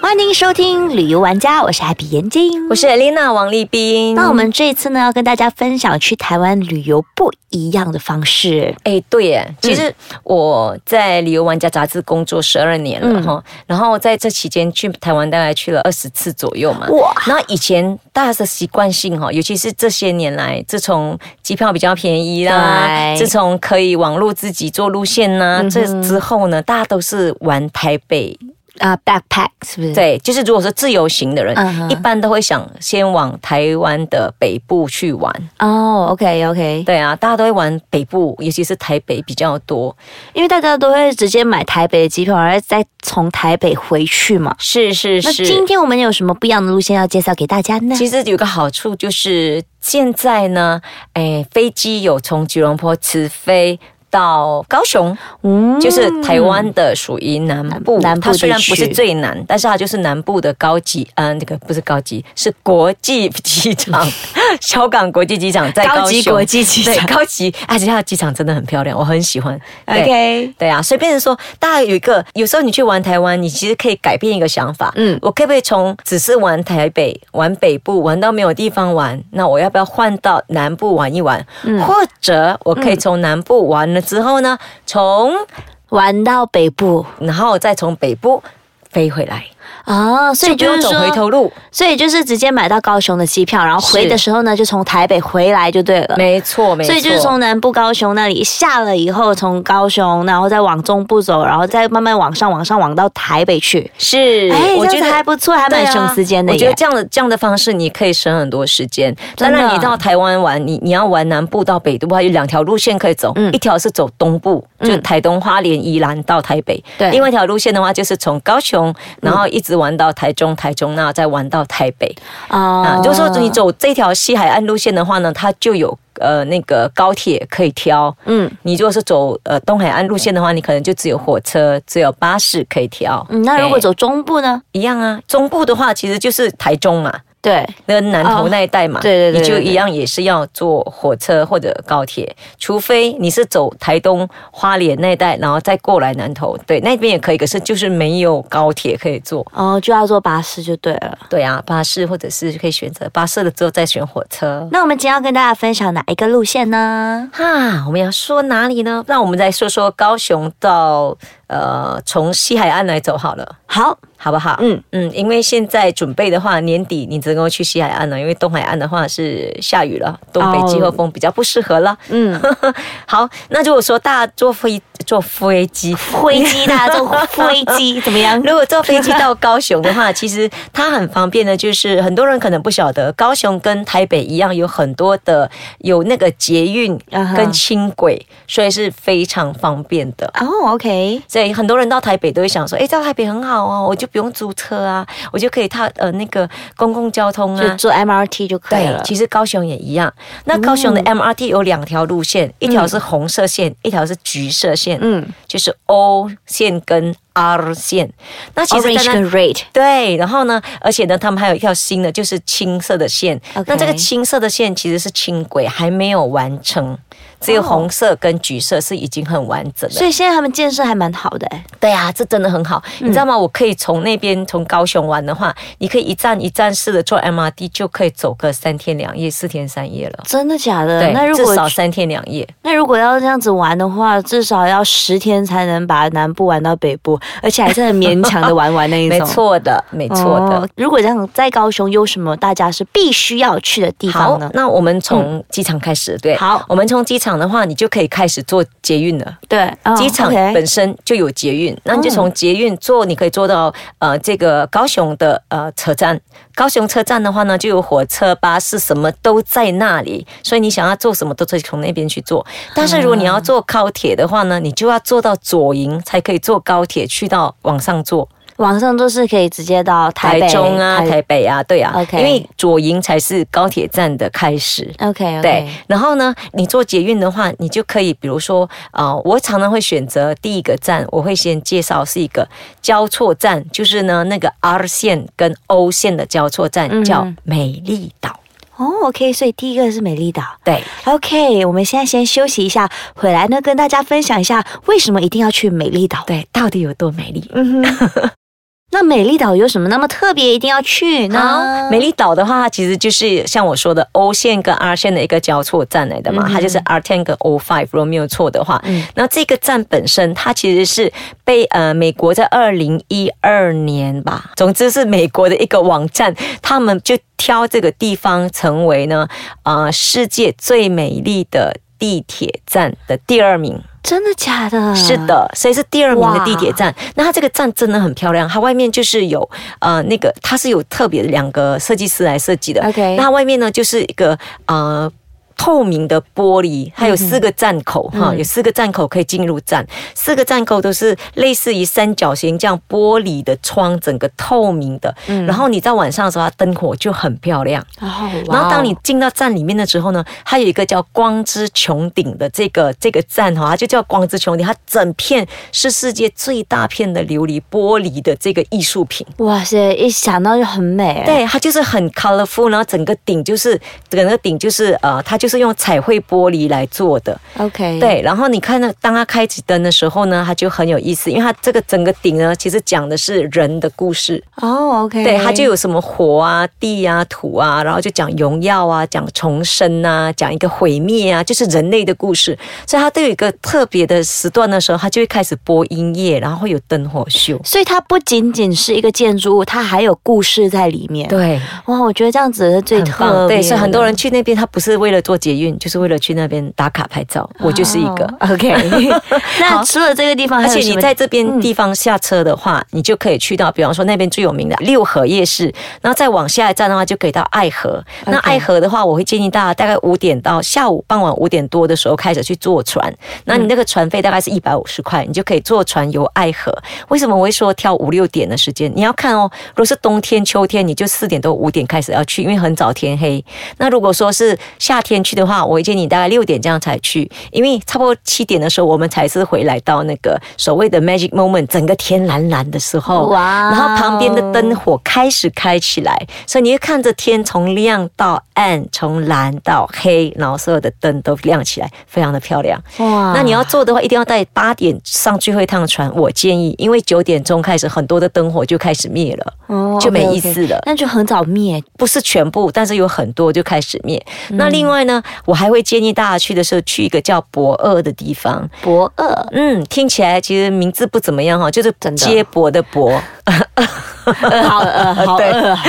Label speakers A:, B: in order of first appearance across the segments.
A: 欢迎收听旅游玩家，我是 Happy 眼睛，
B: 我是 Elena 王丽斌。嗯
A: 那我们这一次呢，要跟大家分享去台湾旅游不一样的方式。
B: 哎，对耶，其实我在《旅游玩家》杂志工作十二年了哈、然后在这期间去台湾大概去了二十次左右嘛。
A: 哇
B: 然后以前大家的习惯性哈，尤其是这些年来，自从机票比较便宜啦，
A: 对
B: 自从可以网络自己做路线呐、这之后呢，大家都是玩台北。
A: 啊、b a c k p a c k 是不是？，
B: 对，就是如果是自由行的人
A: 嗯哼
B: 一般都会想先往台湾的北部去玩。
A: 哦、o k OK，
B: 对啊，大家都会玩北部，尤其是台北比较多。
A: 因为大家都会直接买台北的机票，然后再从台北回去嘛。
B: 是是
A: 那
B: 是。
A: 今天我们有什么不一样的路线要介绍给大家呢？
B: 其实有个好处就是现在呢，哎，飞机有从吉隆坡直飞。到高雄，
A: 嗯
B: 就是台湾的属于南部，
A: 南部
B: 它虽然
A: 地区
B: 不是最南，但是它就是南部的高级，嗯、那个不是高级，是国际机 场，小港国际机场在高雄，
A: 高级国际机
B: 对
A: 场
B: 高级，而且它的机场真的很漂亮，我很喜欢。对
A: ，OK，
B: 对啊，所以变成说，大家有一个，有时候你去玩台湾，你其实可以改变一个想法，
A: 嗯
B: 嗯，我可不可以从只是玩台北、玩北部玩到没有地方玩，那我要不要换到南部玩一玩？
A: 嗯
B: 或者我可以从南部玩了之后呢，从
A: 玩到北部
B: 然后再从北部飞回来，
A: 哦，所以
B: 不
A: 就
B: 用
A: 是
B: 走回
A: 说，
B: 头路。
A: 所以就是直接买到高雄的机票，然后回
B: 是
A: 的时候呢，就从台北回来就对了。
B: 没错，没错。
A: 所以就是从南部高雄那里下了以后，从高雄，然后再往中部走，然后再慢慢往上，往上往到台北去。
B: 是，
A: 哎，
B: 我
A: 这
B: 觉
A: 样子
B: 得
A: 还不错，还蛮省时间的
B: 对啊我觉
A: 耶
B: 得。这样的这样的方式，你可以省很多时间。
A: 真
B: 当
A: 的
B: 然，你到台湾玩，你你要玩南部到北部，它有两条路线可以走，
A: 嗯
B: 一条是走东部，就是台东、花莲、宜兰到台北；，
A: 对
B: 另外一条路线的话，就是从高雄，然后一直玩到台中，台中那再玩到台北。啊
A: 哦，
B: 就是说你走这条西海岸路线的话呢，它就有呃那个高铁可以挑。
A: 嗯
B: 你如果是走呃东海岸路线的话，你可能就只有火车、只有巴士可以挑。
A: 嗯，那如果
B: 哎
A: 走中部呢？
B: 一样啊。中部的话，其实就是台中嘛，
A: 对，
B: 那个南投那一带嘛，
A: 哦对对对
B: 你就
A: 对对
B: 一样也是要坐火车或者高铁，除非你是走台东花莲那一带，然后再过来南投，对，那边也可以，可是就是没有高铁可以坐。
A: 哦，就要坐巴士就对了。
B: 对啊，巴士或者是可以选择巴士了之后再选火车。
A: 那我们今天要跟大家分享哪一个路线呢？
B: 哈，我们要说哪里呢？那我们再说说高雄到呃，从西海岸来走好了。
A: 好，
B: 好不好？
A: 嗯
B: 嗯，因为现在准备的话，年底你只能够去西海岸了，因为东海岸的话是下雨了，东北季候风比较不适合了。
A: 哦嗯，
B: 好，那如果说大家坐飞坐飞 机。
A: 飞机 大家坐飞机怎么样？
B: 如果坐飞机到高雄的话，其实它很方便的，就是很多人可能不晓得，高雄跟台北一样有很多的有那个捷运
A: 啊哈
B: 跟轻轨，所以是非常方便的。
A: 哦，OK，
B: 所以很多人到台北都会想说，哎，到台北很好哦，我就不用租车啊，我就可以踏呃那个公共交通
A: 嗯就
B: 啊。
A: 坐 MRT 就可以
B: 对
A: 了，。
B: 其实高雄也一样。那高雄的
A: 嗯
B: MRT 有两条路线，一条是红色线，一条是橘色线，
A: 嗯
B: 就是 O 线跟 R 线。那其实在
A: ，Orange
B: 那
A: 跟 Red，
B: 对，然后呢，而且呢，他们还有一条新的，就是青色的线。
A: OK
B: 那这个青色的线其实是轻轨，还没有完成，只有
A: 哦
B: 红色跟橘色是已经很完整了
A: 所。以现在他们建设还蛮好的哎。
B: 对啊，这真的很好，
A: 嗯
B: 你知道吗？我可以从那边从高雄玩的话，你可以一站一站式的坐 MRT，就可以走个三天两夜、四天三夜了。
A: 真的假的？
B: 对，
A: 呃那如
B: 至
A: 果
B: 少三天两夜。
A: 那如果要这样子玩的话，至少要十天才能把南部玩到北部，而且还是很勉强的玩完那一种。
B: 没错的，没错的。
A: 哦如果这样，在高雄有什么大家是必须要去的地
B: 好
A: 方呢，？嗯
B: 那我们从机场开始，对，
A: 好
B: 我们从机场的话，你就可以开始坐捷运了。
A: 对，哦
B: 机场
A: OK 嗯
B: 本身就有捷运，那你就从捷运坐，你可以坐到呃这个高雄的呃车站。高雄车站的话呢，就有火车、巴士，什么都在那里，所以你想要做什么都可以从那边去做。但是如果你要坐高铁的话呢，你就要坐到左营才可以坐高铁去到往上坐，
A: 网上都是可以直接到台
B: 台
A: 北
B: 中啊、台北啊，对啊
A: OK
B: 因为左营才是高铁站的开始。
A: OK
B: 对
A: OK，，
B: 然后呢，你坐捷运的话，你就可以，比如说，呃，我常常会选择第一个站，我会先介绍是一个交错站，就是呢那个 R 线跟 O 线的交错站，
A: 嗯
B: 叫美丽岛。
A: 哦，OK，所以第一个是美丽岛。
B: 对，
A: OK，我们现在先休息一下，回来呢跟大家分享一下为什么一定要去美丽岛。
B: 对，到底有多美丽？
A: 嗯哼， 那美丽岛有什么那么特别，一定要去呢
B: 好，？美丽岛的话，它其实就是像我说的 O 线跟 R 线的一个交错站来的嘛，它就是 R ten 跟 O five，如果没有错的话。
A: 嗯
B: 那这个站本身，它其实是被呃美国在二零一二年吧，总之是美国的一个网站，他们就挑这个地方成为呢呃世界最美丽的地铁站的第二名。
A: 真的假的？
B: 是，的，所以是第二名的地铁站。那它这个站真的很漂亮，它外面就是有呃那个，它是有特别的两个设计师来设计的。
A: OK
B: 那它外面呢就是一个呃。透明的玻璃，它有四个站口、哈，有四个站口可以进入站，四个站口都是类似于三角形这样玻璃的窗，整个透明的。然后你在晚上的时候，它灯火就很漂亮。
A: 哦
B: 然后当你进到站里面的时候呢，它有一个叫光之穹顶的这个这个站哈、它就叫光之穹顶，它整片是世界最大片的琉璃玻璃的这个艺术品。
A: 哇塞，一想到就很美。，
B: 对，它就是很 colorful，然后整个顶就是整个顶就是呃，它就是用彩绘玻璃来做的。
A: ，OK，，
B: 对，然后你看呢，当它开启灯的时候呢，它就很有意思，因为它这个整个顶呢，其实讲的是人的故事。
A: 哦，OK，
B: 对，它就有什么火啊、地啊、土啊，然后就讲荣耀啊，讲重生啊，讲一个毁灭啊，就是人类的故事。所以它都有一个特别的时段的时候，它就会开始播音乐，然后会有灯火秀。
A: 所以它不仅仅是一个建筑物，它还有故事在里面。，
B: 对，
A: 哇，我觉得这样子是最
B: 很
A: 特
B: 棒。
A: 别
B: 对，
A: 的。
B: 所以很多人去那边，他不是为了做捷运，就是为了去那边打卡拍照。我就是一 个。
A: 哦 OK。那除了这个地方，
B: 而
A: 还
B: 且
A: 有什
B: 你
A: 么
B: 在这边地方下车的话，你就可以去到，比方说那边最有名的六合夜市，然后再往下一站的话，就可以到爱河。那爱河的话，我会建议大家大概五点到下午傍晚五点多的时候开始去坐船。那你那个船费大概是一百五十块，你就可以坐船游爱河。为什么我会说挑五六点的时间？你要看哦，如果是冬天、秋天，你就四点多五点开始要去，因为很早天黑。那如果说是夏天去的话，我会建议你大概六点这样才去，因为差不多七点的时候我们才是回来到那个所谓的 magic moment，整个天蓝蓝的时候，
A: 哇哦
B: 然后旁边的灯火开始开起来，所以你会看着天从亮到暗，从蓝到黑，然后所有的灯都亮起来，非常的漂亮。
A: 哇
B: 那你要做的话，一定要在八点上最后一趟船，我建议，因为九点钟开始很多的灯火就开始灭了。
A: 哦
B: 就没
A: OK，OK
B: 意思了
A: 那就很早灭。
B: 不是全部，但是有很多就开始灭。那另外
A: 嗯
B: 呢，我还会建议大家去的时候去一个叫博二的地方。
A: 博 二
B: 嗯，听起来其实名字不怎么样哈，就是
A: 的
B: 接驳的驳，
A: 二号二 号
B: 对
A: 二号，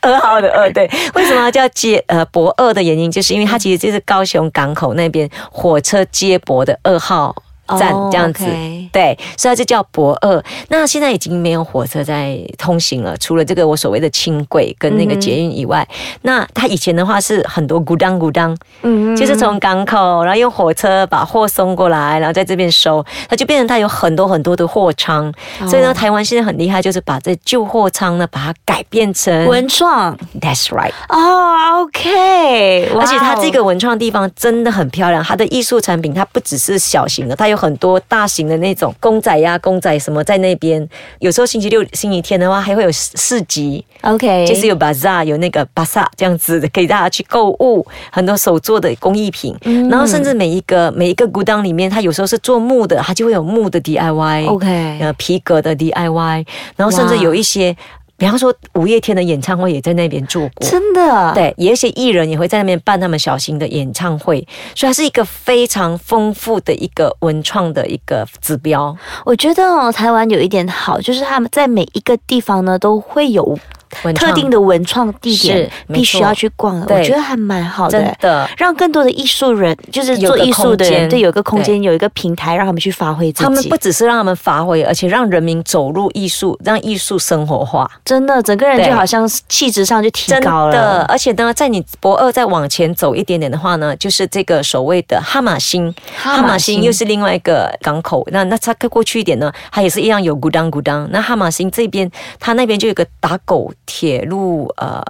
B: 二号的二对。为什么叫接呃博二的原因，就是因为它其实就是高雄港口那边火车接驳的二号站
A: 哦
B: 这样子。
A: OK
B: 对，所以它就叫博二。那现在已经没有火车在通行了，除了这个我所谓的轻轨跟
A: 嗯
B: 那个捷运以外，那它以前的话是很多咕当咕当，
A: 嗯
B: 就是从港口，然后用火车把货送过来，然后在这边收，它就变成它有很多很多的货仓。
A: 哦
B: 所以呢，台湾现在很厉害，就是把这旧货仓呢，把它改变成
A: 文创
B: That's right。
A: 哦，OK，哇哦
B: 而且它这个文创地方真的很漂亮，它的艺术产品它不只是小型的，它有很多大型的那种公仔呀、公仔什么在那边。有时候星期六、星期天的话，还会有市集，
A: OK，
B: 就是有 bazaar 有那个 bazaar 这样子的，给大家去购物，很多手做的工艺品，
A: 嗯
B: 然后甚至每一个每一个古当里面，它有时候是做木的，它就会有木的 DIY。
A: OK，
B: 呃皮革的 DIY，然后甚至
A: 哇
B: 有一些，比方说五月天的演唱会也在那边做过。
A: 真的，
B: 对，有一些艺人也会在那边办他们小型的演唱会，所以它是一个非常丰富的一个文创的一个指标。
A: 我觉得哦，台湾有一点好，就是他们在每一个地方呢都会有
B: 文创
A: 特定的文创地点
B: 是，没错
A: 必须要去逛的，
B: 对
A: 我觉得还蛮好的。
B: 真的，
A: 让更多的艺术人，就是
B: 有
A: 做
B: 个
A: 艺术的
B: 空
A: 人，
B: 间
A: 对，有一个空间，有一个平台，让他们去发挥自己。
B: 他们不只是让他们发挥，而且让人民走入艺术，让艺术生活化。
A: 真的，整个人
B: 对
A: 就好像气质上就提
B: 真
A: 高
B: 的
A: 了。，
B: 而且呢，在你博二再往前走一点点的话呢，就是这个所谓的哈马星，
A: 哈马星
B: 又是另外一个港口。那那它再过去一点呢，它也是一样有咕当咕当。那哈马星这边，它那边就有个打
A: 嗯
B: 狗铁路呃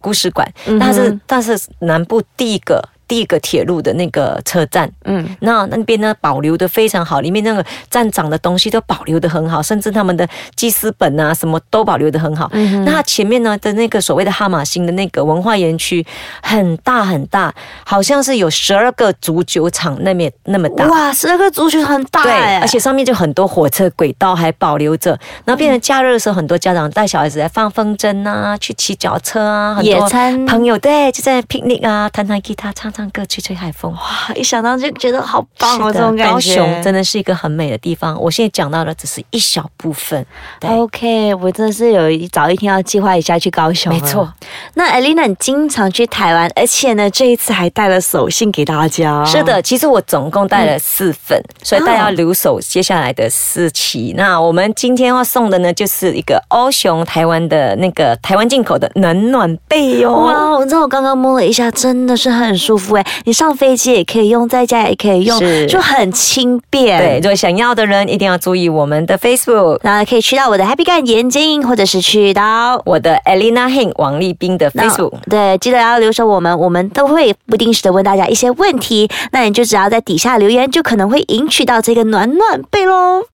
B: 故事馆，但是但是南部第一个。第一个铁路的那个车站。
A: 嗯，
B: 那那边呢保留的非常好，里面那个站长的东西都保留的很好，甚至他们的记事本啊什么都保留的很好。
A: 嗯
B: 那它前面呢的那个所谓的哈马星的那个文化园区很大很大，好像是有十二个足球场那面那么大。
A: 哇，十二个足球很大
B: 对
A: 哎，，
B: 而且上面就很多火车轨道还保留着，然后变成假日的时候，很多家长带小孩子来放风筝啊，去骑脚车啊，很多
A: 野餐
B: 朋友对就在 picnic 啊，弹弹吉他，唱唱歌，吹吹海风。
A: 哇，一想到就觉得好棒哦，
B: 是
A: 这
B: 的
A: 种感觉。
B: 高雄真的是一个很美的地方。我现在讲到的只是一小部分，对，
A: 哦 OK，我真的是有一早一天要计划一下去高雄。啊
B: 没错。，
A: 那 Elena 你经常去台湾，而且呢，这一次还带了手信给大家。
B: 是，的，其实我总共带
A: 嗯
B: 了四份，所以大家
A: 哦
B: 留守接下来的四期。那我们今天要送的呢，就是一个欧熊台湾的那个台湾进口的冷暖被哦哟、
A: 哇，哦我知道我刚刚摸了一下，真的是很舒服哎。你上飞机也可以用，在家也可以用
B: 是，
A: 就很轻便。
B: 对，如。果想要的人一定要注意我们的 Facebook，
A: 那可以去到我的 Happy Gun 眼睛，或者是去到
B: 我的 Elena Heng 王立斌的
A: 那
B: Facebook。
A: 对，记得要留守我们，我们都会不定时的问大家一些问题，那你就只要在底下留言，就可能会赢取到这个暖暖被喽。